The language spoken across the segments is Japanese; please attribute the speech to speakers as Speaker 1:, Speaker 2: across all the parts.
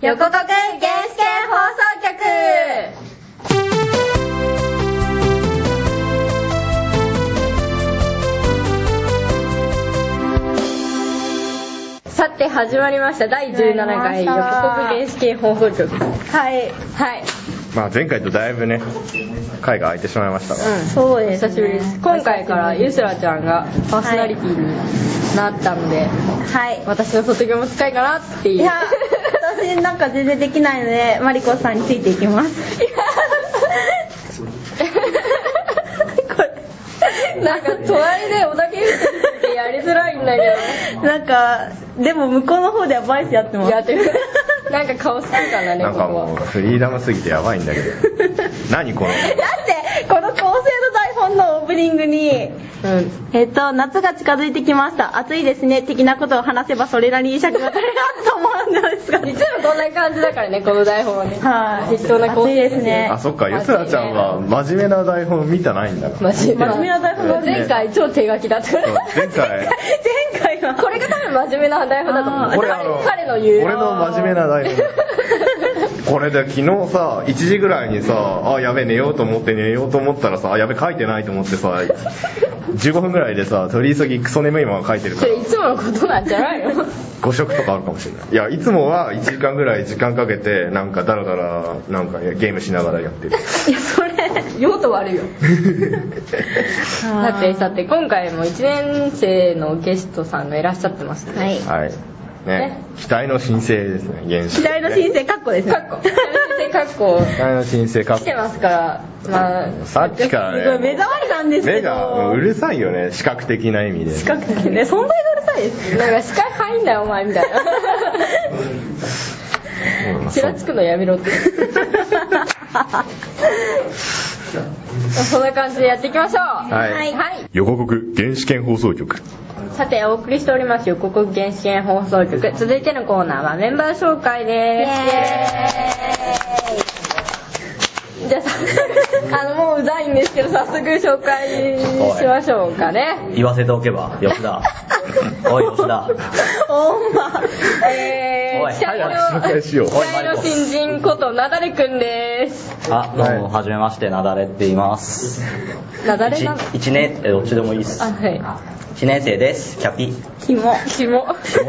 Speaker 1: 横国原始圏放送局さて始まりました第17回
Speaker 2: 始
Speaker 1: 横
Speaker 2: まりました
Speaker 1: 国原始圏放送局
Speaker 2: はい、
Speaker 1: はい
Speaker 3: まあ、前回とだいぶね会が空いてしまいましたが、
Speaker 2: そうです、
Speaker 1: 久しぶりです今回からゆすらちゃんがパーソナリティになったので、
Speaker 2: はい。
Speaker 1: 私の卒業も近いかなっていう
Speaker 2: いや、 私なんか全然できないので、マリコさんについていきます。
Speaker 1: なんか隣でおだけ言ってやりづらいんだけ
Speaker 2: なんか、でも向こうの方ではバイスやってま
Speaker 1: ど
Speaker 2: す。
Speaker 1: やってるなんか顔好きかなね
Speaker 3: なんか
Speaker 1: ここ
Speaker 3: もう
Speaker 1: は
Speaker 3: フリーダムすぎてやばいんだけ ど何この
Speaker 2: だって、この構成の台本のオープニングに、
Speaker 1: うん
Speaker 2: えっと、夏が近づいてきました、暑いですね、的なことを話せばそれなりに尺が取れるなと思うんじゃないですか
Speaker 1: いつもこんな感じだからねこの台本はね
Speaker 2: はい、
Speaker 1: 適当な構
Speaker 2: 暑い
Speaker 1: 成
Speaker 2: ですね
Speaker 3: あ。そっかゆすらちゃんは真面目な台本見たないんだな
Speaker 1: マジで
Speaker 2: 真面目な台本
Speaker 3: だね
Speaker 1: 前回超手書きだった
Speaker 3: そう前
Speaker 2: 前
Speaker 3: 回
Speaker 2: 回は、
Speaker 1: これが多分真面目な台本だと思
Speaker 2: あー
Speaker 1: う
Speaker 3: これ
Speaker 1: 彼
Speaker 3: あの
Speaker 1: 彼の言う
Speaker 3: 俺の真面目な 台本これで昨日さ1時ぐらいにさあやべ寝ようと思って寝ようと思ったらさあやべ書いてないと思ってさ15分ぐらいでさ取り急ぎクソ眠いまま書いてるか
Speaker 1: そ
Speaker 3: ら
Speaker 1: れいつものことなんじゃないの
Speaker 3: 5色とかあるかもしれないいやいつもは1時間ぐらい時間かけてなんかダラダラなんかゲームしながらやって
Speaker 2: い
Speaker 3: る
Speaker 2: や、それ、
Speaker 1: 用途悪いよ
Speaker 2: だ
Speaker 1: さてさて今回も1年生のゲストさんがいらっしゃってますね
Speaker 2: はい。
Speaker 3: はいね
Speaker 1: ね
Speaker 3: 期待の申請ですね現
Speaker 2: 期待の申請、カッコですね。
Speaker 1: かっこ先生かっこ
Speaker 3: 期待の申請か
Speaker 1: 来てますからまあ
Speaker 3: さっきか
Speaker 2: すご
Speaker 3: ら
Speaker 2: い目
Speaker 3: ね
Speaker 2: 障りなんですけど
Speaker 3: 目がうるさいよね視覚的な意味で
Speaker 2: 比較的ね存在がうるさいです
Speaker 1: なんか視界入んなよお前みた い
Speaker 3: うん
Speaker 1: なちらつくのやめろって そんな感じでやっていきましょうは
Speaker 3: はい
Speaker 1: はい、
Speaker 3: 横国原始圏放送局
Speaker 1: さてお送りしております横国原始園放送局続いてのコーナーはメンバー紹介ですじゃあさあのもううざいんですけど早速紹介しましょうかね
Speaker 4: 言わせておけば吉田おい吉田
Speaker 2: おんま
Speaker 1: え
Speaker 4: お
Speaker 1: ー、
Speaker 4: い
Speaker 1: 期待
Speaker 3: 早く紹介しよ
Speaker 1: の
Speaker 3: う
Speaker 1: 期待の新人ことなだれくんです
Speaker 4: あどうもはじめましてなだれって言います
Speaker 1: なだれなの
Speaker 4: 1, 年えどっちでもいいです
Speaker 1: あはい
Speaker 4: 1年生ですキャピ
Speaker 2: キモ
Speaker 1: キモうわ キ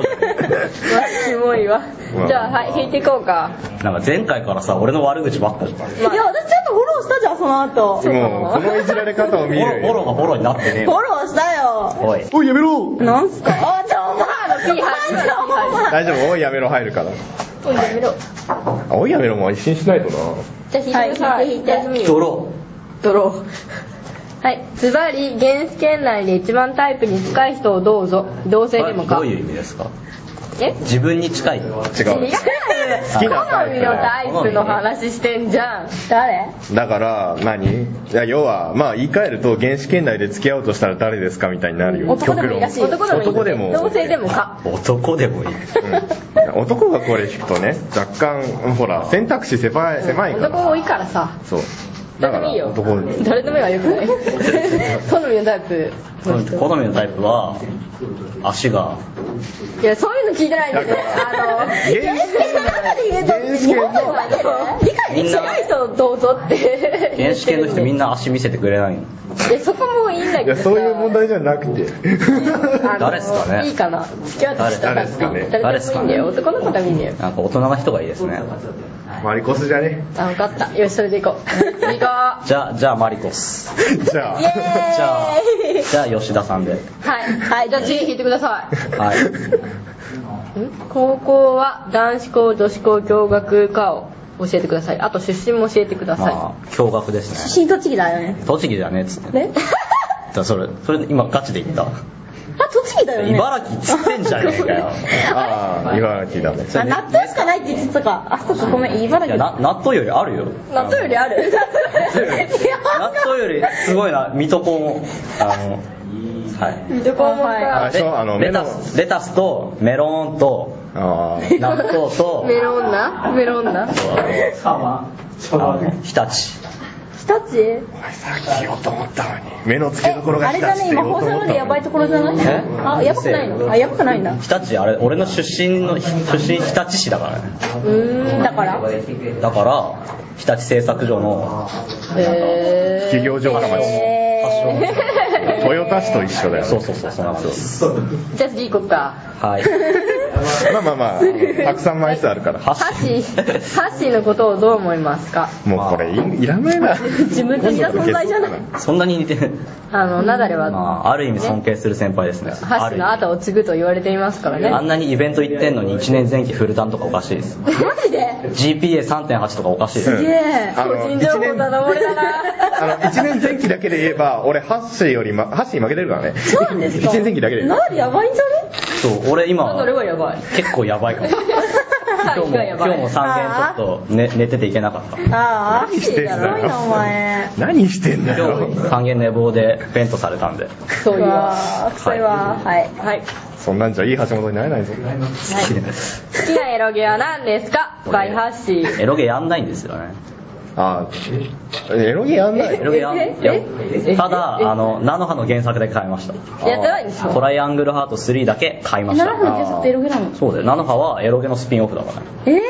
Speaker 1: モいわ
Speaker 3: うわ
Speaker 1: じゃあはい引いていこうか
Speaker 4: なんか前回からさ俺の悪口ばっかじゃんフ
Speaker 2: いや私ちゃんとフォローしたじゃんその後
Speaker 1: そう
Speaker 3: もうこのいじられ方を見
Speaker 4: ォロ
Speaker 3: る
Speaker 4: フォローがフォローになってねえ
Speaker 2: フォ
Speaker 4: わ
Speaker 2: ローしたよ
Speaker 4: おい
Speaker 3: おいやめろ
Speaker 2: なん すかあちょおま
Speaker 1: あの P 入る
Speaker 2: おま
Speaker 3: 大丈夫おいやめろ入るから
Speaker 1: おいやめろ
Speaker 3: あおいやめろも一新しないとな
Speaker 1: じゃあ引いてくださ
Speaker 2: はい
Speaker 1: い
Speaker 2: 引いて引いて
Speaker 1: 休み
Speaker 4: ドロ
Speaker 1: ドローはいズバリ原始圏内で一番タイプに近い人をどうぞ同性でも
Speaker 4: ー
Speaker 1: か
Speaker 4: どういう意味ですか
Speaker 1: え
Speaker 4: 自分に近い
Speaker 3: 違
Speaker 1: 違う
Speaker 3: う好き
Speaker 1: 好
Speaker 3: なタ
Speaker 1: み
Speaker 3: イプ
Speaker 1: の
Speaker 3: だ
Speaker 1: タイプの話してんじゃん
Speaker 2: 誰
Speaker 3: だから何いや要はまあ言い換えると原始圏内で付き合おうとしたら誰ですかみたいになるよ
Speaker 1: 男でもいいらしい
Speaker 3: 極論
Speaker 1: 男
Speaker 3: 男
Speaker 1: で
Speaker 3: で
Speaker 1: もい
Speaker 3: も
Speaker 1: い同性でもか
Speaker 4: 男でもいい
Speaker 3: うん男がこれ引くとね若干ほら選択肢狭い狭いから、
Speaker 1: 男多いからさ
Speaker 3: そうだ
Speaker 1: 誰
Speaker 3: か
Speaker 1: でもいい
Speaker 3: ら
Speaker 1: よ
Speaker 3: 男
Speaker 1: 誰でもいいわよくない好みのタイプの人
Speaker 4: 好みのタイプは足が
Speaker 1: いやそういうの聞いてないんでねあの
Speaker 3: 原始圏
Speaker 2: 中で言う
Speaker 3: 原
Speaker 2: と
Speaker 3: 始
Speaker 2: 日
Speaker 3: 圏
Speaker 2: 本語だけで
Speaker 1: 理解できない人をどうぞって
Speaker 4: 原始圏の人みんな足見せてくれないの
Speaker 1: いやそこもいいんだけ
Speaker 3: い
Speaker 1: ど
Speaker 3: や
Speaker 1: さ
Speaker 3: そういう問題じゃなくて
Speaker 1: あの
Speaker 4: 誰っすかね
Speaker 1: いいかな付き合ってたら
Speaker 3: 誰っすかね
Speaker 1: 誰でもいいんだよ男の子でもいいんだよ
Speaker 4: なんか大人な人がいいですね
Speaker 3: マリコスじゃね
Speaker 1: あ分かったよしそれでいこう次行こう は
Speaker 4: じゃあじゃあマリコス
Speaker 3: じゃあ
Speaker 2: イエ
Speaker 4: じゃあじゃあ吉田さんで
Speaker 1: いはいじゃあ次引いてください
Speaker 4: はい
Speaker 1: ん高校は男子校女子校共学科を教えてくださいあと出身も教えてください、
Speaker 4: まあ驚愕ですね
Speaker 2: 新栃木だよね
Speaker 4: 栃木じゃねえっつってねだそれそれ今ガチで言った
Speaker 2: あ栃木だよね
Speaker 4: 茨城っつってんじゃねえか よ
Speaker 3: ああ茨城だね
Speaker 2: あ納豆しかないって言ってたかあそっかごめん茨
Speaker 4: いや
Speaker 2: 城
Speaker 4: な納豆よりあるよ
Speaker 1: 納豆よりあ る
Speaker 4: 納豆よりすごいな水戸黄門あのはい
Speaker 1: どこも
Speaker 3: あ
Speaker 1: か
Speaker 3: はいそうあの
Speaker 4: レタスレタスとメロン と
Speaker 3: あ
Speaker 4: 納豆と
Speaker 1: メロンナメロンナ
Speaker 4: あの日立
Speaker 1: 日タチ
Speaker 3: 俺さっき言おうと思ったのに目の付け
Speaker 2: え
Speaker 3: どころが
Speaker 2: あれ
Speaker 3: 日
Speaker 2: じゃ
Speaker 3: 立
Speaker 2: ね
Speaker 3: って
Speaker 2: 今
Speaker 3: 言お
Speaker 2: 放
Speaker 3: うと
Speaker 2: 送ま
Speaker 3: 思っ
Speaker 2: で
Speaker 3: た
Speaker 2: やばい
Speaker 3: の
Speaker 2: ところじゃない
Speaker 4: え
Speaker 2: あやばくないのあやばくないんだ
Speaker 4: 日立あれ俺の出身の出身日立市だからね
Speaker 1: うーん
Speaker 2: だから
Speaker 4: だから日立製作所の
Speaker 1: へー
Speaker 3: 企業城下町
Speaker 2: え
Speaker 3: 豊田市と一緒だよね
Speaker 4: そうそうそうそうなんですよ
Speaker 1: じゃあ次行こうか
Speaker 4: はい
Speaker 3: まあまあまあたくさん枚数あるから
Speaker 1: ハッシーハッシーのことをどう思いますか
Speaker 3: もうこれいいらないな
Speaker 2: 自分と似た存在じゃない
Speaker 4: そんなに似 てる
Speaker 1: あのナダルは
Speaker 4: まあある意味尊敬する先輩ですね
Speaker 1: ハッ
Speaker 4: あ
Speaker 1: シ
Speaker 4: る
Speaker 1: ー
Speaker 4: 意
Speaker 1: の後を継ぐと言われていますから
Speaker 4: 味あん
Speaker 1: ね
Speaker 4: なにイベント行ってんのに1年前期フルタンとかおかしいです
Speaker 2: マジで
Speaker 4: GPA3.8 とかおかしいです
Speaker 3: うん
Speaker 2: すげえ
Speaker 3: あ
Speaker 1: 個
Speaker 3: の
Speaker 1: 人情報
Speaker 3: 一年
Speaker 1: だな俺だな
Speaker 3: あの1年前期だけで言えば俺ハッシーより、ま、ハッシーに負けてるからね
Speaker 2: そうなんですか
Speaker 3: 1年前期だけで
Speaker 2: ナダルやばいんじゃね
Speaker 4: そう俺今
Speaker 1: ナダルはやばい
Speaker 4: 結構やば いかも今日
Speaker 1: 今
Speaker 4: も今日も3件ちょっと寝寝てていけなかった
Speaker 2: ああ
Speaker 3: してんだよ
Speaker 2: やばいなお前
Speaker 3: 何してんだ
Speaker 4: 今
Speaker 3: よ
Speaker 4: 日3件の予防でベントされたんで
Speaker 1: そういう
Speaker 2: う
Speaker 1: わ
Speaker 2: わあそれははい
Speaker 1: はい
Speaker 3: そんなんじゃいい橋本になれないぞ
Speaker 1: 好きなエロゲは何ですかバイハッシー
Speaker 4: エロゲやんないんですよね
Speaker 3: あエロゲやんない
Speaker 4: エロゲやん
Speaker 1: え
Speaker 4: いや
Speaker 1: え
Speaker 4: ただあの菜の葉の原作で買いました
Speaker 1: やってないんです
Speaker 4: ト
Speaker 1: か
Speaker 4: ライアングルハート3だけ買いまし
Speaker 2: 奈
Speaker 4: た
Speaker 2: 良の警察ってエロゲなの
Speaker 4: そうだよ菜の葉はエロゲのスピンオフだから
Speaker 2: え
Speaker 4: ね
Speaker 2: え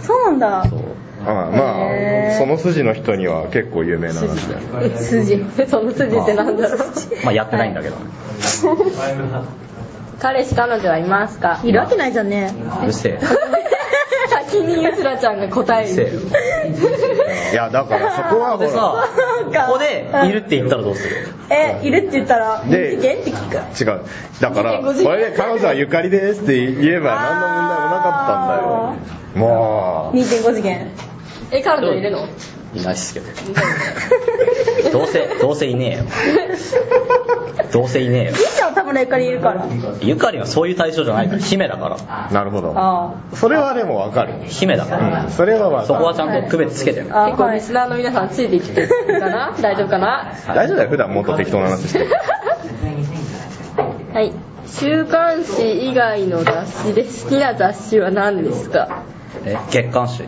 Speaker 2: そうなんだ
Speaker 4: そう
Speaker 3: あま
Speaker 2: へ
Speaker 3: あ
Speaker 2: ー
Speaker 3: その筋の人には結構有名な話だよ
Speaker 1: え筋 その筋ってなんだろう
Speaker 4: まあやってないんだけどね
Speaker 1: 彼氏彼女はいますか
Speaker 2: いるわけないじゃんね
Speaker 4: うるせえ
Speaker 1: 先にゆすらちゃんが答
Speaker 4: う
Speaker 1: え
Speaker 4: るせ
Speaker 1: る
Speaker 4: えよ
Speaker 3: いやだからそこはほ
Speaker 4: で
Speaker 3: ら
Speaker 4: さここでいるって言ったらどうする
Speaker 2: えいるって言ったら「
Speaker 3: で
Speaker 2: 事件?」って聞く
Speaker 3: 違うだから
Speaker 1: ご
Speaker 3: こ
Speaker 1: 自身
Speaker 3: れで彼女はゆかりですって言えば何の問題もなかったんだよも
Speaker 2: 2.5次元
Speaker 1: え彼女いるの
Speaker 4: いないっすけどどうせどうせいねえよどうせいねえよ
Speaker 2: ゆきちゃんは多分ねゆかりいるから
Speaker 4: ゆかりはそういう対象じゃないから姫だから
Speaker 3: うなるほど
Speaker 2: あ
Speaker 3: それはでもわかる
Speaker 4: 姫だから
Speaker 3: うんそれはわ
Speaker 4: そこは
Speaker 3: か
Speaker 4: ちゃんと区別つけてね
Speaker 2: あ
Speaker 1: 結構
Speaker 2: は
Speaker 1: リ
Speaker 2: い
Speaker 1: スナーの皆さんついてきてるかな大丈夫かな
Speaker 3: る大丈夫だよ普段もっと適当な話してる
Speaker 1: はい週刊誌以外の雑誌で好きな雑誌は何です か
Speaker 4: え月刊誌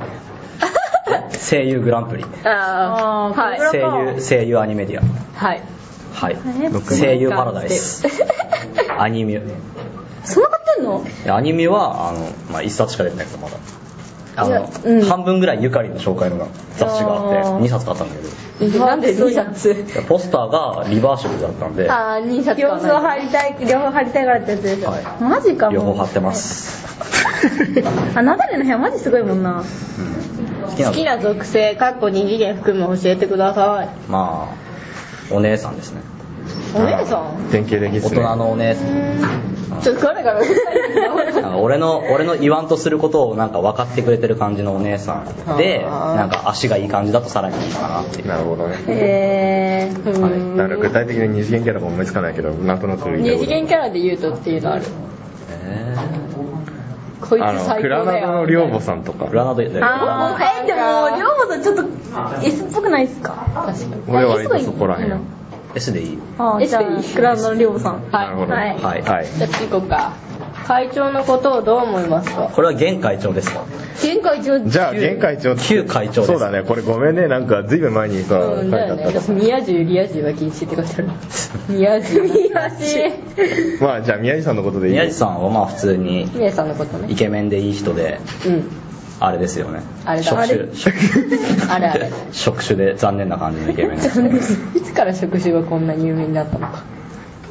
Speaker 4: 声優グランプリ
Speaker 1: ああ
Speaker 2: あー
Speaker 1: はい
Speaker 2: これ
Speaker 4: 声優声優アニメディア
Speaker 1: はい
Speaker 4: はい
Speaker 2: え
Speaker 4: 声優パラダイスアニメ
Speaker 2: そんな買ってんの
Speaker 4: アニメはあの、まあ、1冊しか出てないけどまだあ
Speaker 2: いや
Speaker 4: の、
Speaker 2: うん
Speaker 4: 半分ぐらいゆかりの紹介の雑誌があって
Speaker 2: あー
Speaker 4: 2冊買ったんだけ ど
Speaker 1: なんで2冊
Speaker 4: いやポスターがリバーシブルだったんで、は
Speaker 1: ああ2冊
Speaker 2: 両
Speaker 1: は
Speaker 2: 方
Speaker 1: ない
Speaker 2: 貼りたい両方貼りたいからってやつでしょ、
Speaker 4: い、
Speaker 2: マジかもう
Speaker 4: 両方貼ってます
Speaker 2: あナダルの部屋マジすごいもんな
Speaker 4: 好き
Speaker 1: 好
Speaker 4: なの
Speaker 1: きな属性かっこ2次元含む教えてください
Speaker 4: まあお姉さんですね
Speaker 1: お姉さん
Speaker 3: 典型的で
Speaker 4: 大
Speaker 3: す
Speaker 4: 人
Speaker 3: ね
Speaker 4: のお姉さん
Speaker 1: ちょっと彼から
Speaker 4: なんか俺の俺の言わんとすることをなんか分かってくれてる感じのお姉さんで
Speaker 1: あー
Speaker 4: なんか足がいい感じだとさらにいいかなっていう
Speaker 3: なるほどね
Speaker 2: へえー、
Speaker 3: だから具体的に二次元キャラが思いつかないけどなんとなく
Speaker 1: 二次元キ
Speaker 3: ャ
Speaker 1: ャラで言うとっていうのある
Speaker 4: え
Speaker 1: こいつ最
Speaker 3: あの
Speaker 1: 高
Speaker 3: クラナ
Speaker 1: だ
Speaker 3: ドの
Speaker 1: よ
Speaker 3: 寮母さんとか
Speaker 4: ー、グラナドで
Speaker 2: あーえでも両方とちょっと S っぽくないっすか
Speaker 1: 確かに
Speaker 3: 俺は割とそこらへん
Speaker 2: いや
Speaker 4: S でいい
Speaker 2: あーじゃあ
Speaker 1: S
Speaker 2: クラウドのりょうさん
Speaker 1: はい
Speaker 3: なるほど
Speaker 2: はい
Speaker 4: はい、
Speaker 3: はい
Speaker 1: じゃあ次行こうか会長のことをどう思いますか
Speaker 4: これは現会長ですか
Speaker 1: 前回一応
Speaker 3: じゃあ現会長
Speaker 4: 旧会長です
Speaker 3: そうだねこれごめんねなんかずいぶん前にさ
Speaker 1: うんだよね私宮重リア重は禁止って書いてあ る宮重宮重
Speaker 3: まあじゃあ宮地さんのことでいい
Speaker 4: 宮地さんはまあ普通に
Speaker 1: 宮治さんのことね
Speaker 4: イケメンでいい人で
Speaker 1: うん
Speaker 4: あれですよね
Speaker 1: あれだ
Speaker 4: 職
Speaker 1: あ
Speaker 4: 種
Speaker 1: れあれあれ
Speaker 4: 職種で残念な感じのイケメンですね
Speaker 1: いつから職種がこんなに有名になったのか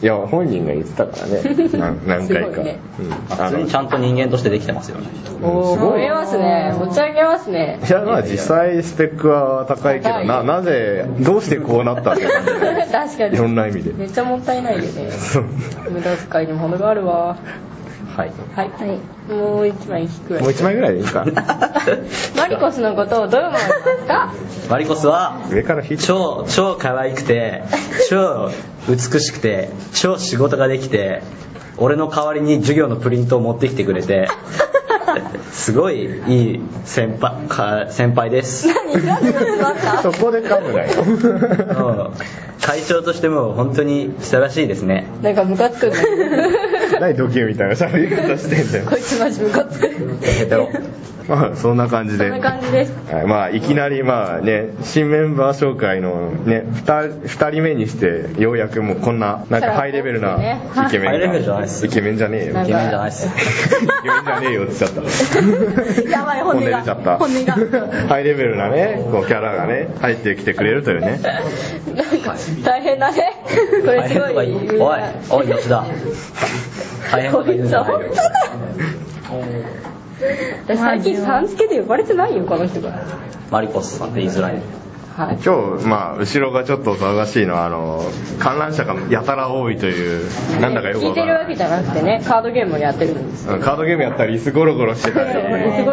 Speaker 3: いや本人が言ってたからねな何回
Speaker 1: す
Speaker 3: か、
Speaker 1: ごいね
Speaker 3: うん
Speaker 4: まあ
Speaker 3: あの
Speaker 4: 普通に
Speaker 3: い
Speaker 4: ちゃんと人間としてできてますよね
Speaker 1: おお
Speaker 3: すごい
Speaker 1: 燃えますね持ち上げます ね
Speaker 3: やまあ実際スペックは高いけどななぜどうしてこうなったって感
Speaker 1: 確か
Speaker 3: じいろん
Speaker 1: に
Speaker 3: な意味で
Speaker 1: めっちゃもったいないよね
Speaker 3: そう
Speaker 1: 無駄遣いにも程があるわ
Speaker 4: はい
Speaker 1: はい、もう一枚引くわ
Speaker 3: もう一枚ぐらいでいいか
Speaker 1: マリコスのことをどう思います か
Speaker 4: マリコスは
Speaker 3: 上から引いちゃ
Speaker 4: 超超可愛くて超美しくて超仕事ができて俺の代わりに授業のプリントを持ってきてくれてすごいいい先輩か先輩です、
Speaker 3: そこで噛むな
Speaker 4: う
Speaker 3: よ
Speaker 4: ん会長としても本当に素晴らしいですね
Speaker 1: なんかムカつくんだけど
Speaker 3: 何ドキュみたいな喋り方してんだよ
Speaker 1: こいつマジムカつく
Speaker 4: ヘタロ
Speaker 3: まあそんな感じ
Speaker 1: そん
Speaker 3: で
Speaker 1: な感じです
Speaker 3: はいまあいきなりまあね新メンバー紹介のね 2, 二人目にしてようやくもうこんななんかハイレベルなイケメンが
Speaker 4: ハイレベルじゃないっす
Speaker 3: イケメンじゃねえよ
Speaker 1: な
Speaker 4: イ
Speaker 1: ん
Speaker 4: ケ
Speaker 1: か
Speaker 4: メンじゃないっす
Speaker 3: イケメンじゃねえよって言っちゃった
Speaker 2: やばい
Speaker 3: 本
Speaker 2: 骨
Speaker 3: 音出ちゃ
Speaker 2: が
Speaker 3: った
Speaker 2: 骨 が
Speaker 3: ハイレベルなねこうキャラがね入ってきてくれるというね
Speaker 1: なんか大変だねこれ
Speaker 4: 大
Speaker 1: す
Speaker 4: 変
Speaker 1: ご
Speaker 4: とか
Speaker 1: い
Speaker 4: 言
Speaker 1: みん
Speaker 4: う
Speaker 1: な
Speaker 4: おいおい吉田大変とか言うんじゃないよ
Speaker 1: 私最近さん付けで呼ばれてないよこの人が
Speaker 4: マリコスさんって言いづらい
Speaker 1: はい
Speaker 3: 今日まあ後ろがちょっとお騒がしいのはあの観覧車がやたら多いというなんだかよく
Speaker 1: 聞
Speaker 3: わ
Speaker 1: いて
Speaker 3: か
Speaker 1: る
Speaker 3: ら
Speaker 1: わ
Speaker 3: ない
Speaker 1: けじゃなくてねカードゲームをやってるんです
Speaker 3: うんカードゲームやったり椅子ゴロゴロしてたり
Speaker 1: すごい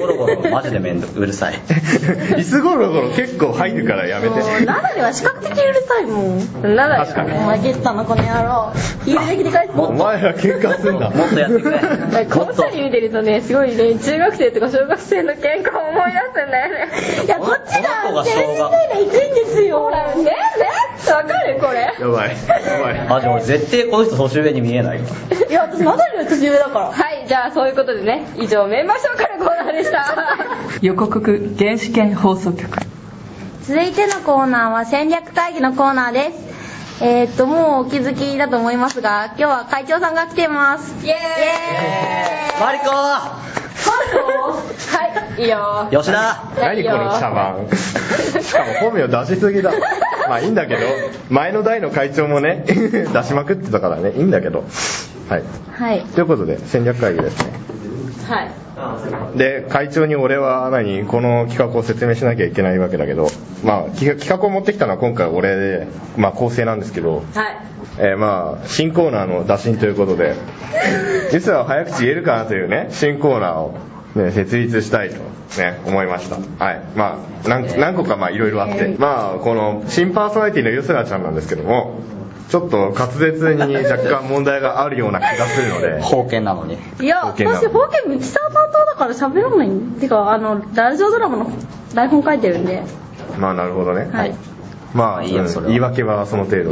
Speaker 4: ゴロゴロマジでめんどくうるさい
Speaker 3: 椅子ゴロゴロ結構入るからやめて
Speaker 2: 奈良では視覚的にうるさいもん
Speaker 1: な
Speaker 3: 確
Speaker 1: だ
Speaker 3: か
Speaker 1: よ
Speaker 3: に
Speaker 1: ね
Speaker 2: 負けたなこの野郎ヒールで切り返す
Speaker 4: も
Speaker 3: お前ら喧嘩すんだ
Speaker 4: もっとやってくれ
Speaker 1: なんかこの二人見てるとねすごいね中学生とか小学生の健康を思い出すんだよね
Speaker 2: いやこっちだ
Speaker 4: この子がしょうが
Speaker 2: 全然痛いんですよ
Speaker 1: ほらねねわかるこれ
Speaker 3: やばいやばい
Speaker 4: マジ俺絶対この人年上に見えないよ
Speaker 2: いや私ナダルより年上だから
Speaker 1: はいじゃあそういうことでね以上メンバー紹介のコーナーでした
Speaker 5: 予告原始圏放送局
Speaker 2: 続いてのコーナーは戦略会議のコーナーですえー、っともうお気づきだと思いますが今日は会長さんが来てます
Speaker 1: イエーイ
Speaker 4: マリコ
Speaker 1: はいいいよ
Speaker 4: 吉田
Speaker 3: 何この茶番しかも本名出しすぎだまあいいんだけど前の代の会長もね 出しまくってたからねいいんだけどはい
Speaker 2: はい
Speaker 3: ということで戦略会議ですね
Speaker 1: はい
Speaker 3: で会長に俺は何この企画を説明しなきゃいけないわけだけど、まあ、企画企画を持ってきたのは今回俺で、まあ、構成なんですけど、
Speaker 1: はい
Speaker 3: えーまあ新コーナーの打診ということで実は早口言えるかなというね新コーナーを、ね、設立したいと、ね、思いましたはいまあ何何個かまあいろいろあってまあこの新パーソナリティのよすらちゃんなんですけどもちょっと滑舌に若干問題があるような気がするので
Speaker 4: 封建なのに
Speaker 2: いや
Speaker 3: 保険なの
Speaker 2: 私保険ミキサー担当だから喋らないんてかあのラジオドラマの台本書いてるんで
Speaker 3: まあなるほどね、
Speaker 2: はい
Speaker 3: まあ
Speaker 4: いいや
Speaker 3: うん
Speaker 4: それは
Speaker 3: 言い訳はその 程度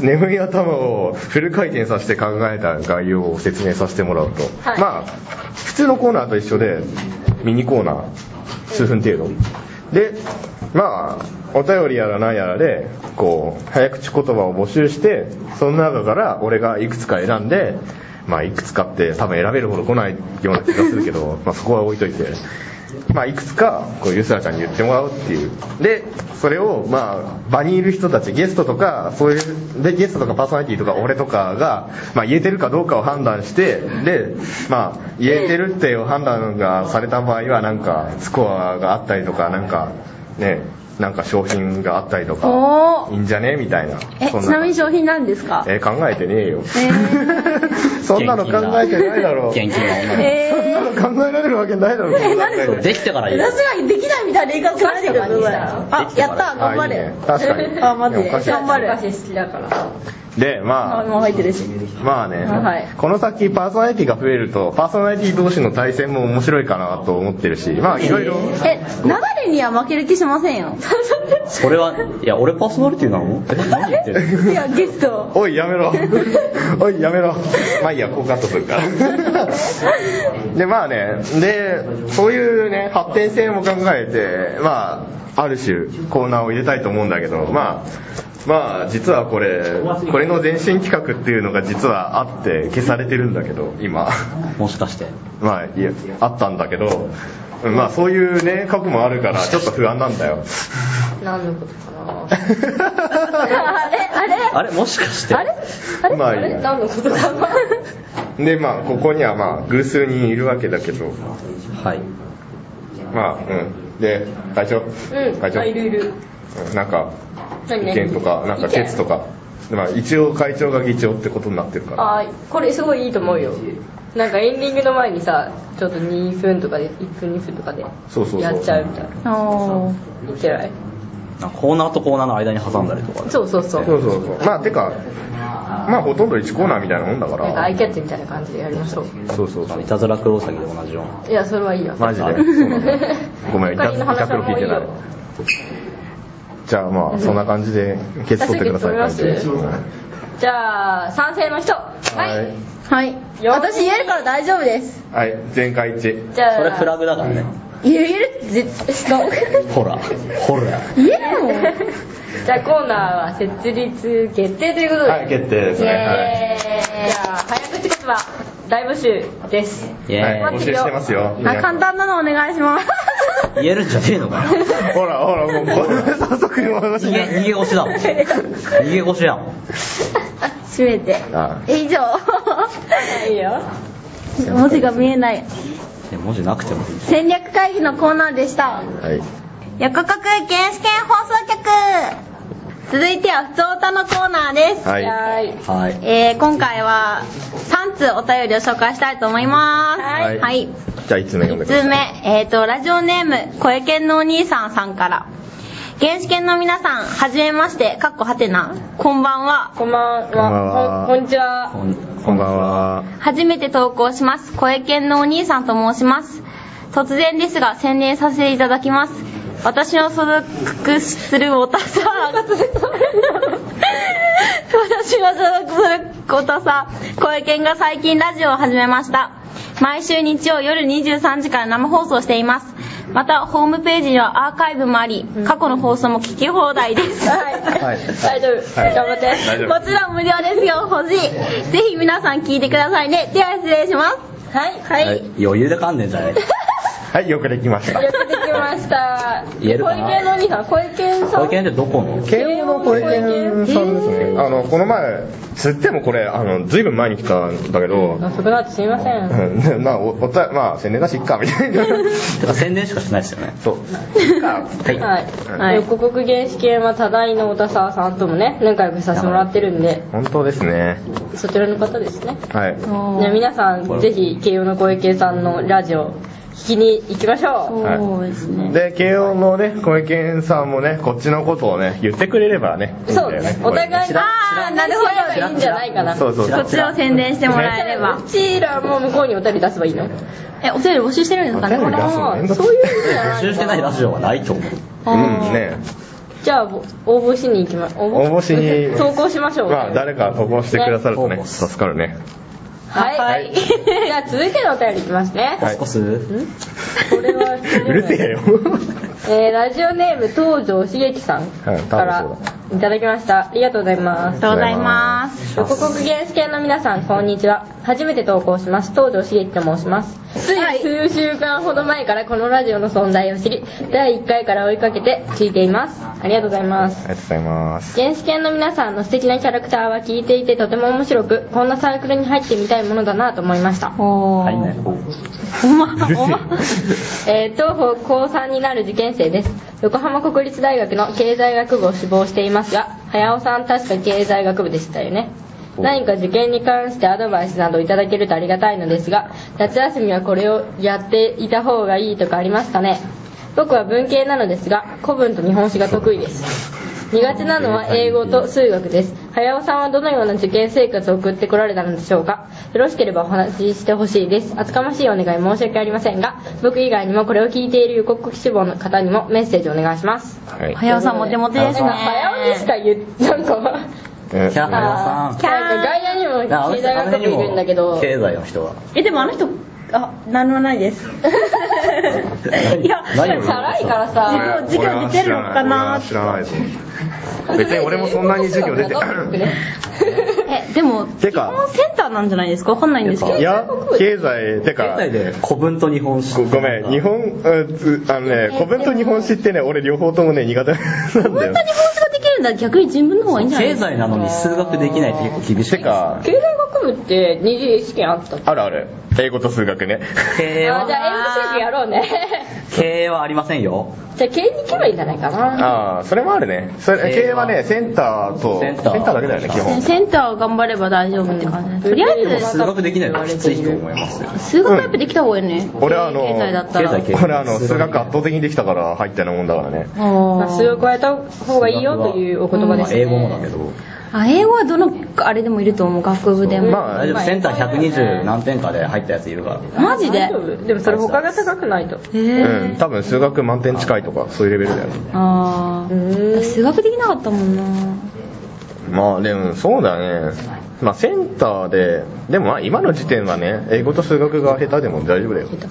Speaker 3: 眠い頭をフル回転させて考えた概要を説明させてもらうと、
Speaker 1: はい
Speaker 3: まあ普通のコーナーと一緒でミニコーナー数分程度でまあお便りやら何やらでこう早口言葉を募集してその中から俺がいくつか選んでまあいくつかって多分選べるほど来ないような気がするけどまあそこは置いといてまあ、いくつかこうゆすらちゃんに言ってもらうっていうでそれをまあ場にいる人たちゲストとかそういうでゲストとかパーソナリティとか俺とかが、まあ、言えてるかどうかを判断してで、まあ、言えてるっていう判断がされた場合はなんかスコアがあったりとかなんかねなんか商品があったりとか
Speaker 2: おー
Speaker 3: いいんじゃねみたいな
Speaker 2: え
Speaker 3: そん
Speaker 2: ちなみに
Speaker 3: え
Speaker 2: 商品なんですか
Speaker 3: ー考えてねえよ
Speaker 2: え
Speaker 3: そんなの考えてないだろう
Speaker 4: 現金な女
Speaker 2: ー、
Speaker 4: の
Speaker 2: え
Speaker 3: そんなの考えられるわけないだろうえ
Speaker 2: 何
Speaker 4: 子できてから言う
Speaker 2: 私らにできないみたいな言い方されてるからあやった頑張れ
Speaker 3: いいね、確か に
Speaker 2: あマジ
Speaker 3: いや
Speaker 2: で
Speaker 3: おかしい
Speaker 2: 頑張れ
Speaker 1: 私好きだから
Speaker 3: でま
Speaker 2: あ
Speaker 3: あ
Speaker 2: もう入ってるし
Speaker 3: まあね、
Speaker 1: はい
Speaker 3: この先パーソナリティが増えるとパーソナリティ同士の対戦も面白いかなと思ってるしまあいろいろ
Speaker 2: え流れには負ける気しませんよ
Speaker 4: それはいや俺パーソナリティなのえ何言ってる
Speaker 2: いやゲスト
Speaker 3: おいや めろおいやめろまあいいやこうカットするからでまあねでそういうね発展性も考えてまあある種コーナーを入れたいと思うんだけどまあまあ実はこれこれの前身企画っていうのが実はあって消されてるんだけど今
Speaker 4: もしかして
Speaker 3: まあいやあったんだけどまあそういうね過去もあるからちょっと不安なんだ よ
Speaker 1: 何のことかな
Speaker 2: あれあれ
Speaker 4: あれもしかして
Speaker 2: あれあれ
Speaker 3: まあ
Speaker 1: あ
Speaker 3: いい
Speaker 1: れ
Speaker 3: や
Speaker 1: 何のことかな
Speaker 3: でまあここにはまあ偶数人いるわけだけど
Speaker 4: はい
Speaker 3: まあうんで会長、
Speaker 1: うん
Speaker 3: 会長
Speaker 1: あいるいる
Speaker 3: うんなんか
Speaker 1: 何
Speaker 3: 意
Speaker 1: 何
Speaker 3: 見とかなん
Speaker 1: 意
Speaker 3: か
Speaker 1: 見
Speaker 3: 決とかまあ一応会長が議長ってことになってるから
Speaker 1: あーこれすごいいいと思うよなんかエンディングの前にさちょっと2分とかで1分2分とかで
Speaker 3: そうそうそう
Speaker 1: やっちゃうみたいな
Speaker 2: おー
Speaker 1: いけない
Speaker 4: なんかコーナーとコーナーの間に挟んだりとかね
Speaker 1: そうそうそう
Speaker 3: そうそうそうまあてかまあほとんど1コーナーみたいなもんだ
Speaker 1: な
Speaker 3: か
Speaker 1: んからアイキャッチみたいな感じでやりましょう
Speaker 3: そうそうそう
Speaker 4: いたずらクロウサギで同じようない
Speaker 1: やそれはいいよ
Speaker 3: マジで
Speaker 4: あそう
Speaker 3: なんだごめん、いた
Speaker 1: 他人の話
Speaker 3: くろ聞いてな。
Speaker 1: はい
Speaker 3: じゃあまあ、そんな感じで、ゲスト取ってください。
Speaker 1: 私ゲスト取ります
Speaker 3: うん
Speaker 1: じゃあ賛成の人
Speaker 3: はい
Speaker 2: はい
Speaker 1: よ
Speaker 2: 私言えるから大丈夫です
Speaker 3: はい全会一致
Speaker 1: じゃあ
Speaker 4: それフラグだからね
Speaker 2: 言えるって絶対
Speaker 4: ほらほら
Speaker 2: 言えるもん
Speaker 1: じゃあコーナーは設立決定ということで、
Speaker 3: はい決定です
Speaker 2: イ
Speaker 3: ねはい
Speaker 2: エーイ
Speaker 1: じゃあ早口言葉大募集です
Speaker 4: イエ
Speaker 3: はい
Speaker 4: ー
Speaker 1: い
Speaker 4: イ
Speaker 3: 募集してますよ
Speaker 2: あ簡単なのお願いします
Speaker 4: 言えるんじゃねえのかよ
Speaker 3: ほらほらもうこれ早速の話
Speaker 4: 逃げ逃げ腰 だもん逃げ腰やもん
Speaker 2: 閉めて
Speaker 3: あ
Speaker 2: 以 上
Speaker 1: いいよ
Speaker 2: 文字が見えない
Speaker 4: いや文字なくてもいい
Speaker 2: 戦略会議のコーナーでした
Speaker 3: はい
Speaker 2: 横国原始圏放送局続いては普通歌のコーナーです、
Speaker 3: はい
Speaker 1: はい
Speaker 4: はい
Speaker 2: えー今回は3通お便りを紹介したいと思います
Speaker 1: はい
Speaker 2: はい
Speaker 3: じゃあ1つ目読
Speaker 2: 1
Speaker 3: んでくだ
Speaker 2: 通
Speaker 3: さい
Speaker 2: 目、えー、とラジオネーム小池のお兄さんさんから原始圏の皆さんはじめましてかっこはてなこんばんは
Speaker 1: こんばん
Speaker 3: こんばん
Speaker 1: は
Speaker 3: は
Speaker 1: こんこんにちは
Speaker 4: こん
Speaker 3: こんばんは
Speaker 2: 初めて投稿します小江犬のお兄さんと申します突然ですが宣伝させていただきます私の所属するおたさ私の所属するおたさ小江犬が最近ラジオを始めました毎週日曜夜23時から生放送していますまたホームページにはアーカイブもあり過去の放送も聞き放題です
Speaker 1: は
Speaker 3: はいい
Speaker 1: 大丈夫
Speaker 3: はい
Speaker 1: 頑張って
Speaker 3: 大丈夫
Speaker 2: もちろん無料ですよ欲しいぜひ皆さん聞いてくださいねでは失礼しますはいはい、
Speaker 4: はい余裕で噛んでんじゃない
Speaker 3: はいよくできました
Speaker 1: やってきました
Speaker 4: 言えるかな
Speaker 1: 小池のお兄さん小池さん
Speaker 4: 小池ってどこの
Speaker 3: 慶応の小池さんですねあのこの前つってもこれあのずいぶん前に来たんだけど、
Speaker 1: 遅くなってすみません
Speaker 3: うんまあおおたまあ宣伝だしいっかみたいな
Speaker 4: てか宣伝しかしないですよね
Speaker 3: そういっか
Speaker 4: はい
Speaker 1: はい、
Speaker 2: はい
Speaker 1: 横国原始圏は多大の小田沢さんともね仲良くさせてもらってるんで
Speaker 3: 本当ですね
Speaker 1: そちらの方ですね
Speaker 3: はい
Speaker 1: じゃあ皆さんぜひ慶応の小池さんのラジオ聞きに行きましょ
Speaker 2: そうですね
Speaker 3: で慶応のね小池さんもねこっちのことをね言ってくれればね
Speaker 1: うそうですお互い
Speaker 3: いいんだよね
Speaker 1: にああなるほどいいんじゃないかな
Speaker 3: そうそうそ
Speaker 2: こ
Speaker 3: う
Speaker 2: っちを宣伝してもらえれば
Speaker 1: うちらも向こうにお便り出せばいいの
Speaker 2: えお便り募集してるんですかね
Speaker 3: お便り出すの面倒くさい
Speaker 1: そういうのじゃ
Speaker 4: 募
Speaker 1: ない
Speaker 4: 集してないラジオはないと思う
Speaker 3: うんね
Speaker 1: じゃあぼ応募しに行きま応
Speaker 3: 応募しに
Speaker 1: 投稿しましょう
Speaker 3: まあ誰か投稿してくださるとね
Speaker 4: ね
Speaker 3: 助かるね
Speaker 1: はい、
Speaker 3: はい
Speaker 1: じゃあ続いてのお便りいきますね、
Speaker 4: コスコス
Speaker 1: これは
Speaker 3: うるせえよ
Speaker 1: えーラジオネーム東條茂樹さん
Speaker 3: はい
Speaker 1: から
Speaker 3: 多分そ
Speaker 1: いただきましたありがとうございま
Speaker 2: あり
Speaker 1: す
Speaker 2: がとうございます
Speaker 1: 横国原始圏の皆さんこんにちは初めて投稿します東條茂樹と申しますつい数週間ほど前からこのラジオの存在を知り第1回から追いかけて聞いていますありがとうございます
Speaker 3: ありがとうございます
Speaker 1: 原始圏の皆さんの素敵なキャラクターは聞いていてとても面白くこんなサークルに入ってみたいものだなと思いました
Speaker 2: お
Speaker 4: 入んな
Speaker 2: ー
Speaker 4: いの
Speaker 2: おま
Speaker 3: うるせ
Speaker 2: おま
Speaker 1: えー東方高3になる受験生です横浜国立大学の経済学部を志望していますが早尾さん確か経済学部でしたよね何か受験に関してアドバイスなどいただけるとありがたいのですが夏休みはこれをやっていた方がいいとかありますかね僕は文系なのですが古文と日本史が得意です苦手なのは英語と数学です早尾さんはどのような受験生活を送ってこられたのでしょうかよろしければお話ししてほしいです厚かましいお願い申し訳ありませんが僕以外にもこれを聞いている予告志望の方にもメッセージお願いします
Speaker 3: はい
Speaker 2: 早尾さんモテモテですね
Speaker 1: なんか早尾にしか言うなんか
Speaker 3: え
Speaker 4: キャラ
Speaker 1: なん
Speaker 4: さ
Speaker 1: か外野にも
Speaker 4: んあの
Speaker 1: 経
Speaker 4: 人
Speaker 1: 済学部いるんだけ ど
Speaker 4: 経済の人が
Speaker 2: えでもあの人あ何もないですいや
Speaker 4: 何
Speaker 1: チャラいからさ
Speaker 2: も授業出てるのかな
Speaker 3: 俺は知らないぞ別に俺もそんなに授業出て
Speaker 2: えでも
Speaker 3: て
Speaker 2: 基
Speaker 3: か
Speaker 2: 本センターなんじゃないですかわかんないんですけど
Speaker 3: いや経済て
Speaker 4: 経
Speaker 3: か
Speaker 4: 済で古文と日本史
Speaker 3: ごごめん日本うんつあのね古文と日本史ってね俺両方ともね苦手なんだよ
Speaker 2: 日本史ができるんだ逆に人文の方がいいんじゃない
Speaker 4: 経済なのに数学できないって結構厳しい
Speaker 3: てか
Speaker 1: 経済学部って二次試験あった
Speaker 3: あるある英語と数学ね
Speaker 4: 経営
Speaker 1: あじ
Speaker 4: は
Speaker 1: ゃあ英語教育やろうね
Speaker 4: 経営はありませんよ
Speaker 1: じゃあ経営に行けばいいんじゃないかな
Speaker 3: ああそれもあるねそれ経営はねセンターと
Speaker 4: センター
Speaker 3: だけだよね基
Speaker 2: ね
Speaker 3: 本
Speaker 2: センターを頑張れば大丈夫って感じ、とりあえ
Speaker 4: 数学できないのはきついと思いますよ
Speaker 2: ず数学やっぱできた方がいいね、
Speaker 3: 俺はあの
Speaker 2: 経済だったら
Speaker 4: 経済経
Speaker 3: 俺あの数学圧倒的にできたから入ったようなもんだからね
Speaker 1: ま
Speaker 2: あ
Speaker 1: あ、数を
Speaker 2: ー
Speaker 1: 加えた方がいいよというお言葉ですね、
Speaker 4: 英語もだけど
Speaker 2: あ英語はどのあれでもいると思う学部でも、
Speaker 3: ま
Speaker 4: 大
Speaker 3: あ
Speaker 4: 丈夫センター120何点かで入ったやついるから
Speaker 2: マジで
Speaker 1: 大丈夫でもそれ他が高くないと
Speaker 2: え
Speaker 3: うん多分数学満点近いとかそういうレベルだよね
Speaker 2: ああ
Speaker 1: うーん
Speaker 2: 数学できなかったもんな
Speaker 3: まあでもそうだね、まあ、センターででもまあ今の時点はね英語と数学が下手でも大丈夫だよ
Speaker 1: ぜひ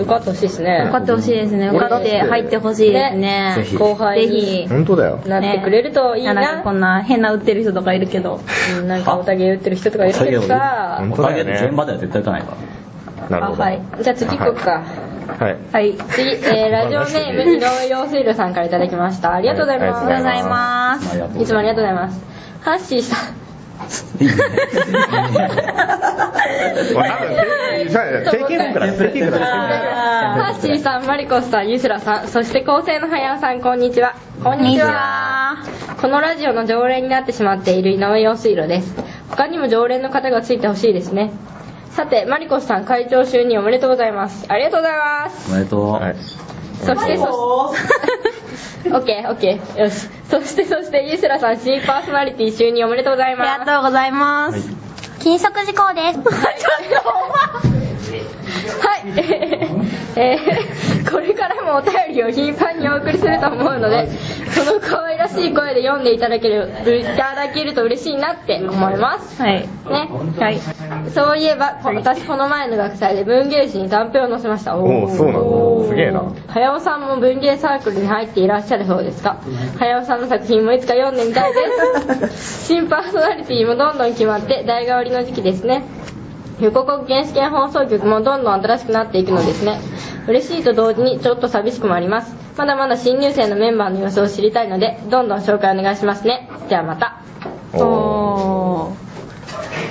Speaker 1: 受かってほしいですね
Speaker 2: 受かってほしいですね。受
Speaker 3: 俺
Speaker 2: か
Speaker 3: だっ
Speaker 2: ってて入ってほしいですね。
Speaker 4: ぜひ
Speaker 1: 後輩
Speaker 2: ぜ
Speaker 1: に
Speaker 2: ひ。
Speaker 3: 本当だよ
Speaker 1: なってくれるといい
Speaker 2: ねなん
Speaker 1: な
Speaker 2: かこんな変な売ってる人とかいるけど。
Speaker 1: うんなんかおたげ打ってる人とかいるけどさ
Speaker 3: 本
Speaker 4: お
Speaker 3: 当だ
Speaker 4: か
Speaker 3: よ
Speaker 4: げ
Speaker 3: ね
Speaker 4: で現場では絶対打たないから
Speaker 3: なる
Speaker 1: あ
Speaker 3: ほど
Speaker 1: はいじゃあ次行こうか
Speaker 3: はい
Speaker 2: はい。
Speaker 1: 次、えーラジオネーム井上陽水路さんからいただきましたありがとうござい
Speaker 3: ありがとうござい
Speaker 1: ま
Speaker 3: ま
Speaker 2: ま
Speaker 3: す
Speaker 2: す
Speaker 4: ありがとう
Speaker 1: すいつもありがとうございますハッシーさん
Speaker 3: まあ多分定型文から定型文から
Speaker 1: ハッシーさん、マリコスさん、ユスラさん、そして構成のハヤオさん、こんにちは。こんにちは。このラジオの常連になってしまっている井上陽水路です。他にも常連の方がついてほしいですね。さて、マリコスさん、会長就任おめでとうございます。ありがとうございます。
Speaker 4: おめでと う、
Speaker 3: はい
Speaker 1: そして、そして、オッケー、オッケー、よし。そして、そして、ユスラさん、新パーソナリティ就任おめでとうございます。
Speaker 2: ありがとうございます。
Speaker 6: 禁食事項 です。
Speaker 1: はい、 えーこれからもお便りを頻繁にお送りすると思うので、その可愛らしい声で読んでいただけるいただけると嬉しいなって思います。
Speaker 2: はい。
Speaker 1: ね、
Speaker 2: はい。
Speaker 1: そういえば、こ私この前の学祭で文芸誌に短編を載せました。
Speaker 3: おおそうなん
Speaker 1: お
Speaker 3: だ
Speaker 1: ー
Speaker 3: すげえな
Speaker 1: 早尾さんも文芸サークルに入っていらっしゃるそうですが早尾さんの作品もいつか読んでみたいです 新パーソナリティもどんどん決まって代替わりの時期ですね横国原始圏放送局もどんどん新しくなっていくのですね嬉しいと同時にちょっと寂しくもありますまだまだ新入生のメンバーの様子を知りたいのでどんどん紹介お願いしますねではまた
Speaker 3: お
Speaker 2: おー。
Speaker 3: ー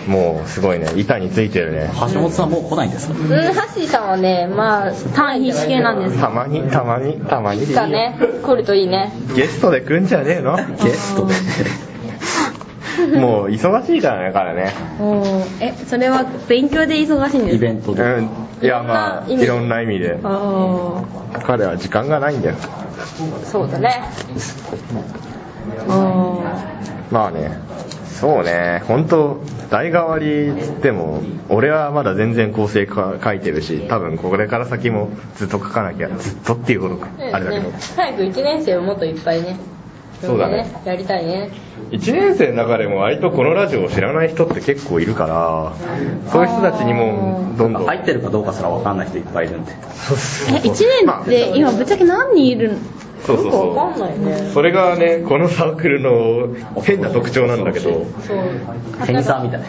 Speaker 3: もうすごいね板についてるね
Speaker 4: 橋本さんもう来ないんですか
Speaker 1: うんハッシーさんはねまあ
Speaker 2: 単位試験なんです。
Speaker 3: たまにたまにたまに
Speaker 1: いつかね来るといいね
Speaker 3: ゲストで来んじゃねえの
Speaker 4: ゲストで
Speaker 3: もう忙しいからねからね
Speaker 2: おー。え、それは勉強で忙しいん
Speaker 4: イ
Speaker 2: です
Speaker 4: ベントで、
Speaker 3: うんいやまあいろんな意味で
Speaker 2: かおー。
Speaker 3: 彼は時間がないんだよ
Speaker 1: そうだね
Speaker 2: おー。
Speaker 3: まあねそうね本当代替わりっつっても俺はまだ全然構成か書いてるし多分これから先もずっと書かなきゃずっとっていうことかあれだけど
Speaker 1: ね、早く1年生をもっといっぱいね
Speaker 3: そうだね
Speaker 1: 呼んでやりたいね
Speaker 3: 1年生の中でも割とこのラジオを知らない人って結構いるからそういう人たちにもどんどん
Speaker 4: 入ってるかどうかすら分かんない人いっぱいいるんで
Speaker 2: え、1年って今ぶっちゃけ何人いるの
Speaker 3: そうそう
Speaker 1: よくわかん
Speaker 3: そ
Speaker 1: ないね
Speaker 3: うそれがねこのサークルの変な特徴なんだけど
Speaker 1: そう
Speaker 4: テニサーみたい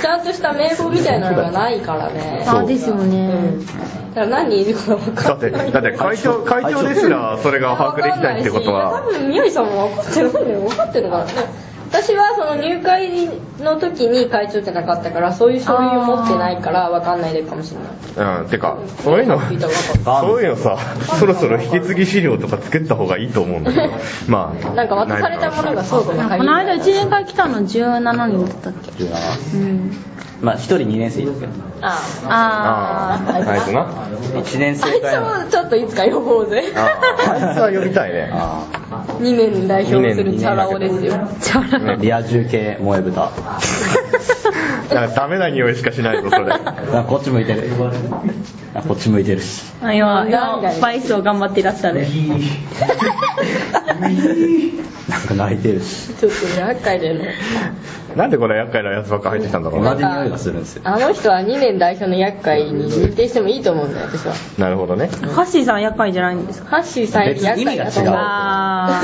Speaker 1: ちゃんとした名簿みたいなのがないからね
Speaker 3: そう
Speaker 2: あ、ですよ
Speaker 1: う
Speaker 2: ね。
Speaker 1: んだから何人いるか分
Speaker 3: だ
Speaker 1: か
Speaker 3: っ
Speaker 1: ん
Speaker 3: て
Speaker 1: ない
Speaker 3: だって会長会長ですらそれが把握できないってこと
Speaker 1: わかん
Speaker 3: は
Speaker 1: ないし多分宮城さんも分かってないのよ分かってるのからね私はその入会の時に会長じゃなかったからそういう書類を持ってないから分かんないでるかもしれない
Speaker 3: うんてかそういうの
Speaker 1: 聞いたら分かんない
Speaker 3: そういうのさ、そろそろ引き継ぎ資料とか作った方がいいと思うんだけど、まあ、
Speaker 1: なんか渡されたものが倉庫に
Speaker 2: なんか
Speaker 1: 入
Speaker 2: こ
Speaker 1: り
Speaker 2: の間1年会来たの17人だったっけ
Speaker 4: な
Speaker 2: うん。
Speaker 4: まあ1人2年生いるけど
Speaker 1: あ
Speaker 2: あ
Speaker 3: ああ、あいつな。
Speaker 4: 1年
Speaker 1: あいつ
Speaker 4: 生会の
Speaker 1: もちょっといつか呼ぼうぜ
Speaker 3: あいつは呼びたいね。
Speaker 4: あ
Speaker 1: 2年代表するチャラ男ですよ
Speaker 2: ー。ちゃら。
Speaker 4: ーリア充系萌え豚
Speaker 3: なんかダメな匂いしかしないぞ、それ。
Speaker 4: あこっち向いてるあこっち向いてるし
Speaker 2: あ今、今、バイスを頑張っていらっしゃる。
Speaker 4: なんか泣いてるし
Speaker 1: ちょっと厄介だよね
Speaker 3: なんでこれ厄介なやつばっか入ってきたんだろ
Speaker 4: 同
Speaker 3: う
Speaker 4: じ
Speaker 3: な。
Speaker 4: 匂いがするんですよ
Speaker 1: あの人は2年代表の厄介に認定してもいいと思うんだよ私は
Speaker 3: なるほどね。
Speaker 2: ハッシーさん厄介じゃないんですか
Speaker 1: ハッシーさんより厄介だと思
Speaker 4: 別
Speaker 1: う
Speaker 4: に意味が違う
Speaker 2: あ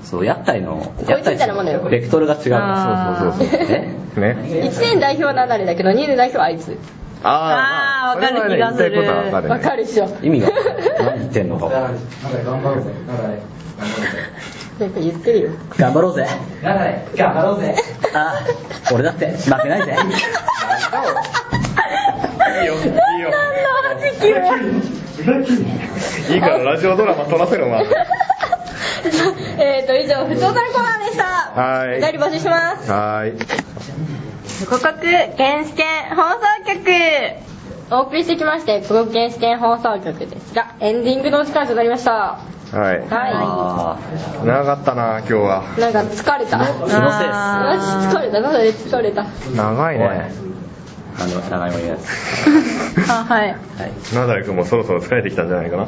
Speaker 2: ー。
Speaker 4: そう厄介の
Speaker 1: こいつみたいなもんだよ
Speaker 4: 厄介ベクトルが違
Speaker 2: あ
Speaker 4: う
Speaker 2: ー
Speaker 4: そうそうそうそうえ
Speaker 3: ね。
Speaker 1: 1年代表は離れだけど2年代表はあいつ
Speaker 3: あ
Speaker 2: あーわかる気がする
Speaker 3: それはね言いたいことはわかる
Speaker 1: わ
Speaker 3: ね。
Speaker 1: かるでしょ
Speaker 4: 意味が何言ってんのか
Speaker 7: なんか頑張ろうぜ。なんか
Speaker 1: なんか言ってるよ
Speaker 4: 頑張ろうぜ
Speaker 7: なんか頑張ろうぜ。
Speaker 4: あ俺だって負けないぜ
Speaker 3: いいよ、いいよ。いいからラジオドラマ撮らせろな。
Speaker 1: えーと以上普通のコーナーでした
Speaker 3: は
Speaker 1: お便
Speaker 3: い。
Speaker 1: り募集します
Speaker 3: はーい。
Speaker 2: 五国原始圏放送局
Speaker 1: お送りしてきまして国語原始圏放送局ですがエンディングのお時間となりました
Speaker 3: はい。
Speaker 1: は
Speaker 4: あ
Speaker 3: 長かったな、今日は。
Speaker 1: いなんか疲れた
Speaker 4: ー気のせいっす
Speaker 1: マジ疲れたなんで疲れた
Speaker 3: 長い
Speaker 4: おい
Speaker 3: ね。
Speaker 4: あの名前も言えないです
Speaker 2: あ、はい。
Speaker 3: ナダル君もそろそろ疲れてきたんじゃないかな。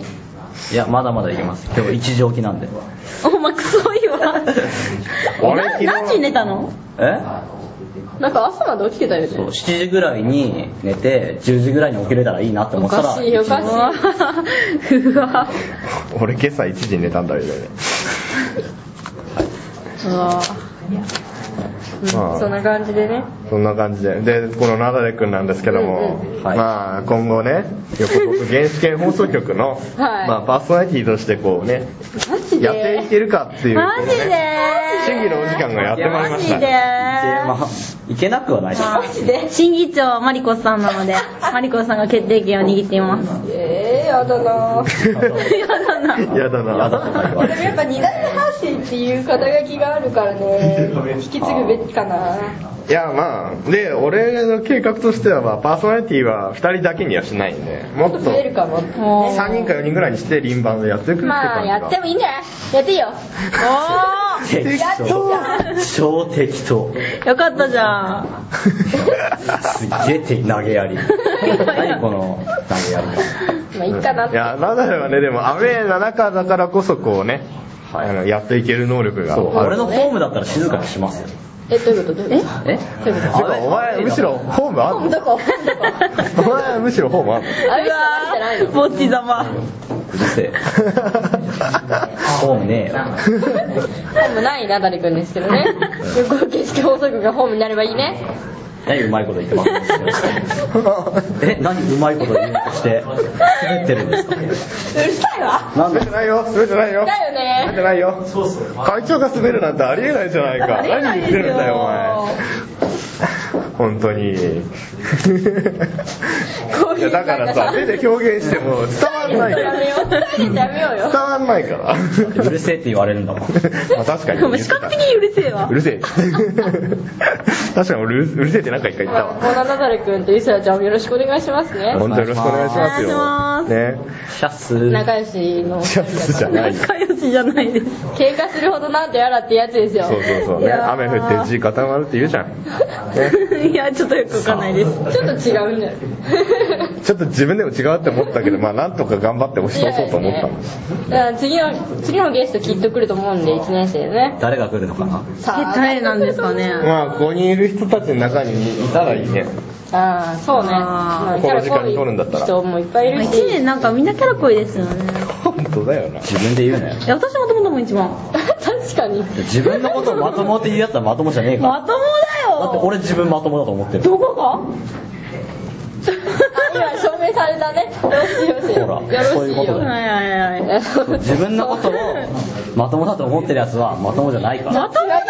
Speaker 4: いやまだまだいけます今日一時起きなんで
Speaker 2: お前くそいわ。
Speaker 3: 俺
Speaker 2: な
Speaker 3: 昨日
Speaker 2: 何時に寝たの
Speaker 4: え
Speaker 1: なんか朝まで起きてたよ
Speaker 4: そう
Speaker 1: ね
Speaker 4: 7時ぐらいに寝て10時ぐらいに起きれたらいいなって思
Speaker 1: お
Speaker 4: ってたら
Speaker 1: かしいおかし
Speaker 2: うわ
Speaker 1: い
Speaker 2: うわ
Speaker 3: 俺今朝1時に寝たんだけどね
Speaker 1: うわ
Speaker 3: まあ
Speaker 1: そんな感じでね
Speaker 3: そんな感じででこのナダレ君なんですけども、
Speaker 1: うん
Speaker 4: うんはい
Speaker 3: まあ今後ね横国原始圏放送局の、
Speaker 1: はい
Speaker 3: まあ、パーソナリティとしてこうね
Speaker 1: マジ
Speaker 3: やってい
Speaker 1: で
Speaker 3: けるかっていうこ
Speaker 2: マ
Speaker 3: う
Speaker 2: ジ
Speaker 3: ね
Speaker 2: で
Speaker 3: 審議のお時間がやってまいりました
Speaker 2: マジで
Speaker 4: いけなくはないじゃん
Speaker 2: マジで審議長マリコさんなの でマリコさんが決定権を握っています
Speaker 1: えー、やだなぁ
Speaker 2: やだ な
Speaker 3: やだな
Speaker 4: やだとか 言わ
Speaker 1: で
Speaker 4: れ
Speaker 1: も
Speaker 4: て
Speaker 1: やっぱ二代目ハーセンっていう肩書きがあるからね引き継ぐべきかない
Speaker 3: やまあで俺の計画としては、まあ、パーソナリティは2人だけにはしないんでも
Speaker 1: ちょ
Speaker 3: っ
Speaker 1: っ
Speaker 3: と
Speaker 1: と増えるかも
Speaker 2: もう
Speaker 3: 3人か4人ぐらいにして輪番でやっていくって
Speaker 1: まあ
Speaker 3: 感じが
Speaker 1: やってもいいんじゃないやっていいよ
Speaker 2: お
Speaker 4: 適当超適当
Speaker 2: ーよかったじゃん
Speaker 4: すっげえ手投げやり何この投げやり
Speaker 1: まあいいかなっ
Speaker 3: い
Speaker 1: て
Speaker 3: やナダルはねでもアウェーな中だからこそこうね、
Speaker 4: はい
Speaker 3: あのやっていける能力があ
Speaker 4: そう俺
Speaker 3: る
Speaker 4: のホームだったら静かにしますよ
Speaker 1: えどういうことどういうこ
Speaker 4: え
Speaker 1: とどういうこ
Speaker 3: てかお前むしろホームあ
Speaker 1: と
Speaker 3: ん
Speaker 1: ど
Speaker 3: の
Speaker 1: こどこ
Speaker 3: お前むしろホームあ んの
Speaker 1: あれじゃない
Speaker 2: ー
Speaker 1: の
Speaker 2: ぼっち様
Speaker 4: うるせえホームねえよ
Speaker 1: ホームないな誰くんですけどね旅 行景色法則がホームになればいいね
Speaker 4: 何うまいこと言ってますえ何うまいこと言おうとして滑ってるんですか
Speaker 1: うるさいわ
Speaker 4: なん
Speaker 3: 滑っ
Speaker 4: で
Speaker 3: てないよ滑ってない よ
Speaker 1: だよ
Speaker 3: 滑っ
Speaker 1: ね
Speaker 3: てないよ会長が滑るなんてありえないじゃないか何言ってるんだよお前本当に
Speaker 1: こう
Speaker 3: い
Speaker 1: い
Speaker 3: や
Speaker 1: う
Speaker 3: だからさ手で表現しても伝わんないか
Speaker 1: や
Speaker 3: ら
Speaker 1: めようそれじゃやめよう
Speaker 3: 伝
Speaker 1: よ
Speaker 3: わんないから
Speaker 4: うるせえって言われるんだもん
Speaker 3: まあ確かに
Speaker 2: 視覚的にうるせえわ
Speaker 3: うるせえ 確かに俺うるうるせえって何回か言った
Speaker 1: まあ
Speaker 3: わ
Speaker 1: こんなナダルくんとイスラちゃんもよろしくお願いしますね
Speaker 3: 本当よろしくお願いしますよ
Speaker 2: お願いしま
Speaker 3: ね
Speaker 4: シャス
Speaker 1: 仲良しの
Speaker 3: シャツじゃないよ
Speaker 2: 仲良しじゃないです
Speaker 1: 喧嘩するほどなんてやらってやつですよ
Speaker 3: そうそうそう
Speaker 2: い
Speaker 3: ね
Speaker 2: やー
Speaker 3: 雨降って地固まるって言うじゃん
Speaker 2: いやちょっとよくわかんないです
Speaker 1: ちょっと違うんだよ
Speaker 3: ちょっと自分でも違うって思ったけどまあなんとか頑張って押し通そうと思ったんです
Speaker 1: だから次の次のゲストきっと来ると思うんで1年生でね
Speaker 4: 誰が来るのかな
Speaker 1: さあ
Speaker 2: 誰なんですかね
Speaker 3: まあここにいる人たちの中にいたらいいね
Speaker 1: ああそうね
Speaker 2: あ
Speaker 3: ーこの時間に撮るんだったら
Speaker 1: 人もいっぱいいる
Speaker 2: 1
Speaker 1: し
Speaker 2: 年なんかみんなキャラ濃いですよね
Speaker 3: 本当だよな
Speaker 4: 自分で言うなよ
Speaker 2: いや私もともとも一番
Speaker 1: 確かに
Speaker 4: 自分のことをまともって言うやつはまともじゃねえから
Speaker 2: まともだよ
Speaker 4: だって俺自分まともだと思ってる
Speaker 2: どこが
Speaker 1: 今証明されたねよしよし
Speaker 4: ほら
Speaker 1: よろしいよ
Speaker 4: そういうこと だよ
Speaker 2: はいはいはい
Speaker 4: 自分のことをまともだと思ってるやつはまともじゃないから
Speaker 2: まともだよ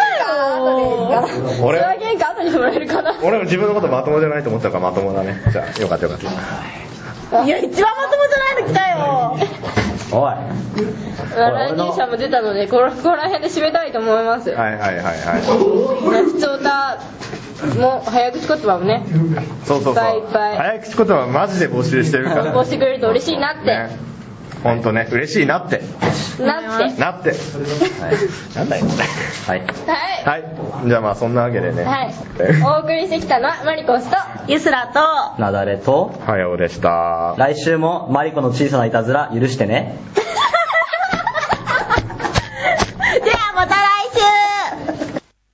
Speaker 3: 俺
Speaker 1: 裏喧嘩後にもらえるかな
Speaker 3: 俺も自分のことまともじゃないと思ったからまともだねじゃあよかったよかった
Speaker 2: いや一番まともじゃないの来たよ
Speaker 4: おい
Speaker 1: 笑い兄さんも出たのでここら辺で締めたいと思います
Speaker 3: はいはいはいはい
Speaker 1: 夏調たも早口言葉もね
Speaker 3: そうそうそう
Speaker 1: いっぱいいっぱい
Speaker 3: 早口言葉マジで募集してるか
Speaker 1: 応募
Speaker 3: ら
Speaker 1: してくれると嬉しいなって、
Speaker 3: ね本当ね嬉しいなって
Speaker 1: なって
Speaker 3: なってなんだよ
Speaker 4: はい
Speaker 1: はい
Speaker 3: はいじゃあまあそんなわけでね
Speaker 1: はい、お送りしてきたのはマリコスと
Speaker 2: ゆすらと
Speaker 4: なだれと
Speaker 3: はやおでした
Speaker 4: 来週もマリコの小さないたずら許してね
Speaker 2: ではまた来